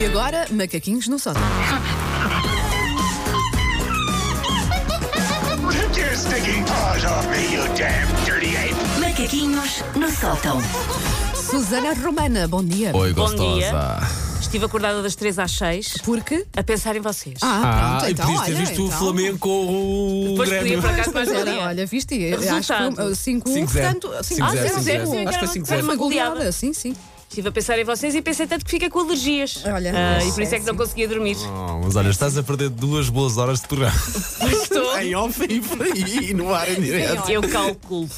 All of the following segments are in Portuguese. E agora, macaquinhos no sótão. Take your stinking paws off me, you damn dirty ape! Macaquinhos no sótão. Susana Romana, bom dia. Oi, Bom gostosa. dia. Ah, Estive acordada das 3 às 6 Porque. a pensar em vocês. Ah, Ah, um pronto, e então. podias ter olha, visto o então. Flamengo com o Depois podia Grêmio. por acaso mais um Mas era, valia. olha, viste? Acho que Resultado. foi 5-1, 5-0. portanto. 5-0, 5-0, sim, 5-0. sim, Acho que foi sim. 5-0. Foi uma Goleada. goleada, sim, sim. Estive a pensar em vocês e pensei tanto que fica com alergias. Olha. Ah, Nossa, e por isso é que não conseguia dormir. Oh, mas olha, estás a perder duas boas horas de programa. Estou. em off e por aí, no ar em direto. Eu calculo.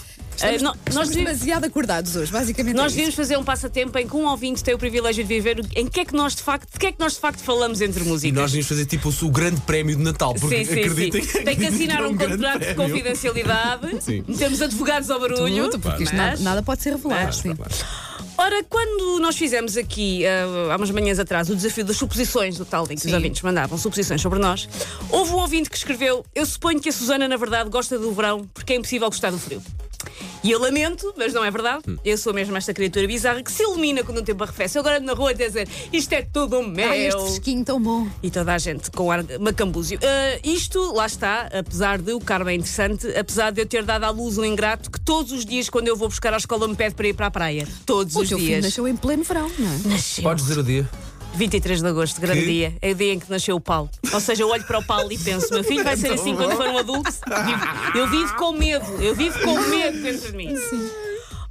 Ah, não- nós, Estamos devíamos, demasiado acordados hoje, basicamente. nós é isso. devíamos fazer um passatempo em que um ouvinte tem o privilégio de viver o- em que é que nós de facto, de que é que nós de facto falamos entre E músicas. nós íamos fazer tipo o grande prémio de Natal, porque Sim, sim, acreditem sim. Tem que assinar é um grande contrato de prémio. confidencialidade. Sim. Metemos advogados ao barulho. Tudo, porque isto Mas- nada, nada pode ser revelado. Mas- Sim. Ora, quando nós fizemos aqui, ah, há umas manhãs atrás, o desafio das suposições do tal link, que os Sim. ouvintes mandavam suposições sobre nós, houve um ouvinte que escreveu: Eu suponho que a Susana, na verdade, gosta do verão porque é impossível gostar do frio. E eu lamento, mas não é verdade. Hum. Eu sou mesmo esta criatura bizarra que se ilumina quando o tempo arrefece. Eu agora ando na rua a dizer: Isto é tudo meu. Ai, Ah, este fresquinho tão bom. E toda a gente com ar macambúzio. Ah, isto, lá está, apesar de o karma é interessante, apesar de eu ter dado à luz um ingrato que todos os dias, quando eu vou buscar à escola, me pede para ir para a praia. Todos O os teu filho dias. nasceu em pleno verão, não é? Nasceu. Podes dizer o dia. 23 de agosto, grande Que? dia. É o dia em que nasceu o Paulo. Ou seja, eu olho para o Paulo e penso: meu filho vai ser assim quando for um adulto. Vivo- Eu vivo com medo, eu vivo com medo dentro de mim.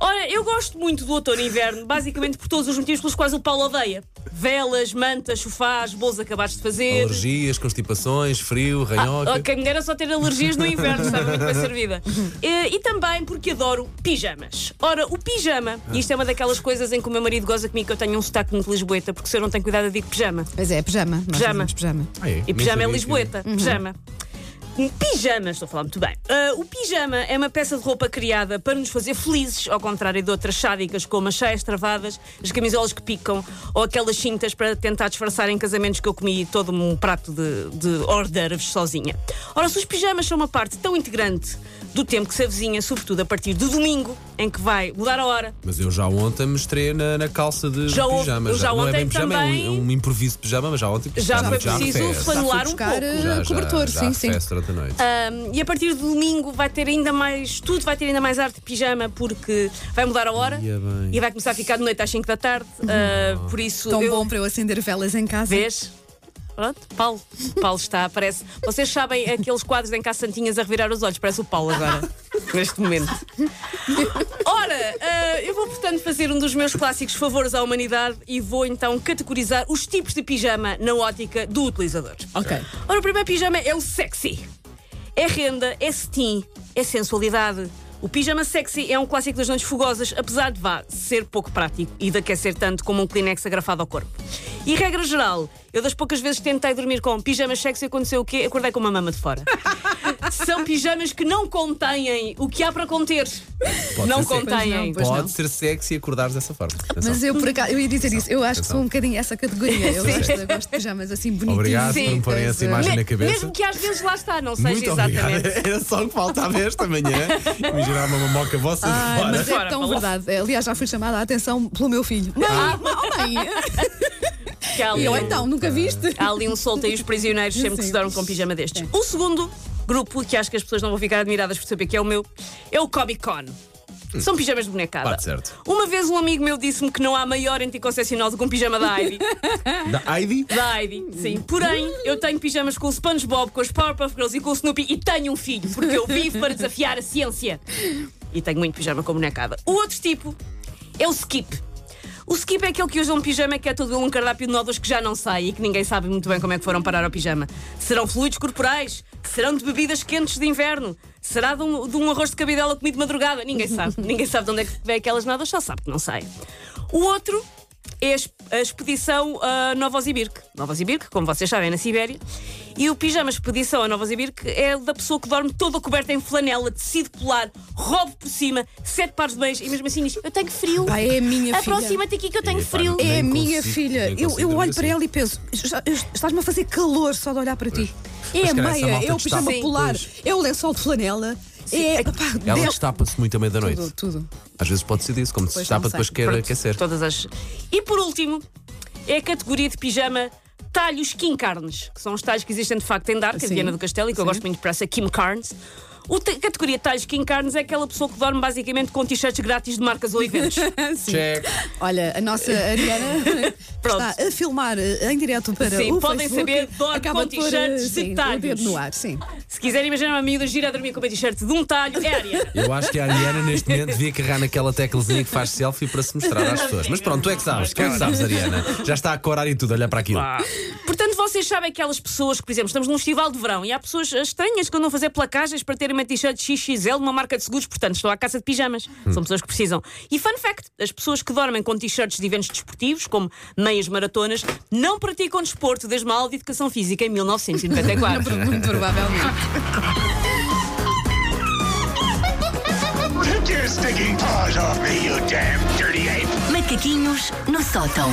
Ora, eu gosto muito do outono e inverno, basicamente por todos os motivos pelos quais o Paulo odeia: velas, mantas, sofás, bolos acabados de fazer. Alergias, constipações, frio, ranhoca. Ah, oh, quem me dera só ter alergias no inverno, é estava muito bem servida. Eh, E, também porque adoro pijamas. Ora, o pijama, e isto é uma daquelas coisas em que o meu marido goza comigo que eu tenho um sotaque muito lisboeta, porque se eu não tenho cuidado eu digo pijama. Mas é, pijama. Nós Pijama. fazemos pijama. Ah, é? E Nem pijama é sabia que- lisboeta. Pijama. Um Pijama, estou a falar muito bem. Ah, o pijama é uma peça de roupa criada para nos fazer felizes, ao contrário de outras sádicas como as saias travadas, as camisolas que picam ou aquelas cintas para tentar disfarçar em casamentos que eu comi todo um prato de, de hors d'oeuvres sozinha. Ora, se os pijamas são uma parte tão integrante do tempo que se avizinha, sobretudo a partir do domingo, em que vai mudar a hora, Mas eu já ontem me estreei na, na calça de Já houve- pijama. eu já não é bem ontem pijama, é um- também- um, improviso de pijama, mas já ontem já foi já preciso arrefece. fanelar um Buscar pouco. eh, Já- já- cobertor, já sim, sim. Ah, arrefece durante a noite. Um, e a partir de domingo vai ter ainda mais. Tudo vai ter ainda mais arte de pijama, porque vai mudar a hora Ia bem. Uhum. e vai começar a ficar de noite às 5 da tarde. Uh, por isso. Tão eu- bom para eu acender velas em casa. Vês? Pronto, Paulo. Paulo está, parece. Vocês sabem aqueles quadros em que há santinhas a revirar os olhos? Parece o Paulo agora, neste momento. Ora, ah, eu vou portanto fazer um dos meus clássicos favores à humanidade e vou então categorizar os tipos de pijama na ótica do utilizador. Ok. Ora, o primeiro pijama é o sexy. É renda, é cetim, é sensualidade. O pijama sexy é um clássico das noites fogosas, apesar de vá ser pouco prático e de aquecer tanto como um Kleenex agrafado ao corpo. E regra geral, eu das poucas vezes que tentei dormir com pijama sexy aconteceu o quê? Acordei com uma mama de fora. São pijamas que não contêm o que há para conter. Pode não ser sexy. contêm. Pois não. Ah, Pode ser sexy e acordares dessa forma. Atenção. Mas eu, por acaso, eu ia dizer isso. Eu acho que sou Atenção. um bocadinho essa categoria. Eu Sim. gosto, eu gosto de pijamas assim bonitinhos. Obrigado por me porem essa imagem na Me- cabeça. Mesmo que às vezes lá está, não seja Muito exatamente. obrigado. Era só o que faltava esta manhã. Imaginar uma mamoca vossa Ai, de fora. mas é Fora, tão fala. verdade. Aliás, já fui chamada a atenção pelo meu filho. Mãe, Ah. mãe. Que há ali E É. eu um- então, nunca viste? Ah. Há ali um solto e os prisioneiros sempre que Sim. se dormem com um pijama destes. Um segundo grupo que acho que as pessoas não vão ficar admiradas por saber que é o meu é o Comic Con. São pijamas de bonecada. Bate certo. Uma vez um amigo meu disse-me que não há maior anticoncepcional do que um pijama da Ivy. Da Heidi? da Heidi, sim. Porém, eu tenho pijamas com o SpongeBob, com as Powerpuff Girls e com o Snoopy e tenho um filho, porque eu vivo para desafiar a ciência. E tenho muito pijama com bonecada. O outro tipo é o Skip. O skip é aquele que usa um pijama que é todo um cardápio de nódulos que já não sai e que ninguém sabe muito bem como é que foram parar ao pijama. Serão fluidos corporais? Serão de bebidas quentes de inverno? Será de um, de um arroz de cabidela comido de madrugada? Ninguém sabe. ninguém sabe de onde é que vem aquelas nódulas, só sabe que não sai. O outro é a ex- a expedição a Novosibirsk. Novosibirsk, como vocês sabem, é na Sibéria. E o pijama expedição a Novosibirsk é o da pessoa que dorme toda coberta em flanela, tecido polar, robe por cima, sete pares de meias e mesmo assim diz: Eu tenho frio. Pá, é a minha filha. Aproxima-te aqui que eu tenho Epá, frio. não- É a Nem minha consigo- filha. nem Eu, consigo eu dormir olho para assim. ela e penso: "Já- estás-me a fazer calor só de olhar para ti. É a Mas calhar essa meia, malta é o que está- pijama Sim. polar, Pois. é o lençol de flanela, é. Pá, Ela desce destapa-se muito à meia da noite. tudo, tudo. Às vezes pode ser disso, como se Pois destapa É. não sei. depois quer Pronto, aquecer. Todas as. E por último, é a categoria de pijama talhos Kim Carnes, que são os talhos que existem de facto em Dark, em Sim. Viana do Castelo, e que eu Sim. gosto muito para essa Kim Carnes. O te- a categoria de talhos Kim Carnes é aquela pessoa que dorme basicamente com t-shirts grátis de marcas ou eventos. Sim. Check. Olha, a nossa Ariana Pronto. está a filmar eh, em direto para Sim, o podem Facebook. saber, dorme Acaba com de pôr, eh, t-shirts de sim, o talhos. dedo no ar, sim. Se quiserem imaginar uma miúda gira a dormir com uma t-shirt de um talho, é a Ariana. Eu acho que a Ariana neste momento devia carregar naquela teclazinha que faz selfie para se mostrar às pessoas. Mas pronto, tu é que sabes, tu é que sabes, Ariana. Já está a corar e tudo, a olhar para aquilo. Pá. Portanto, vocês sabem aquelas pessoas que, por exemplo, estamos num festival de verão e há pessoas eh, estranhas que andam a fazer placagens para terem uma t-shirt XXL de uma marca de seguros, portanto, estão à caça de pijamas. São pessoas que precisam. E fun fact: as pessoas que dormem com t-shirts de eventos desportivos, como meias maratonas, não praticam desporto desde uma aula de educação física em 1994. Muito provavelmente. Take your stinking paws off me, you damn dirty ape! Macaquinhos no sótão.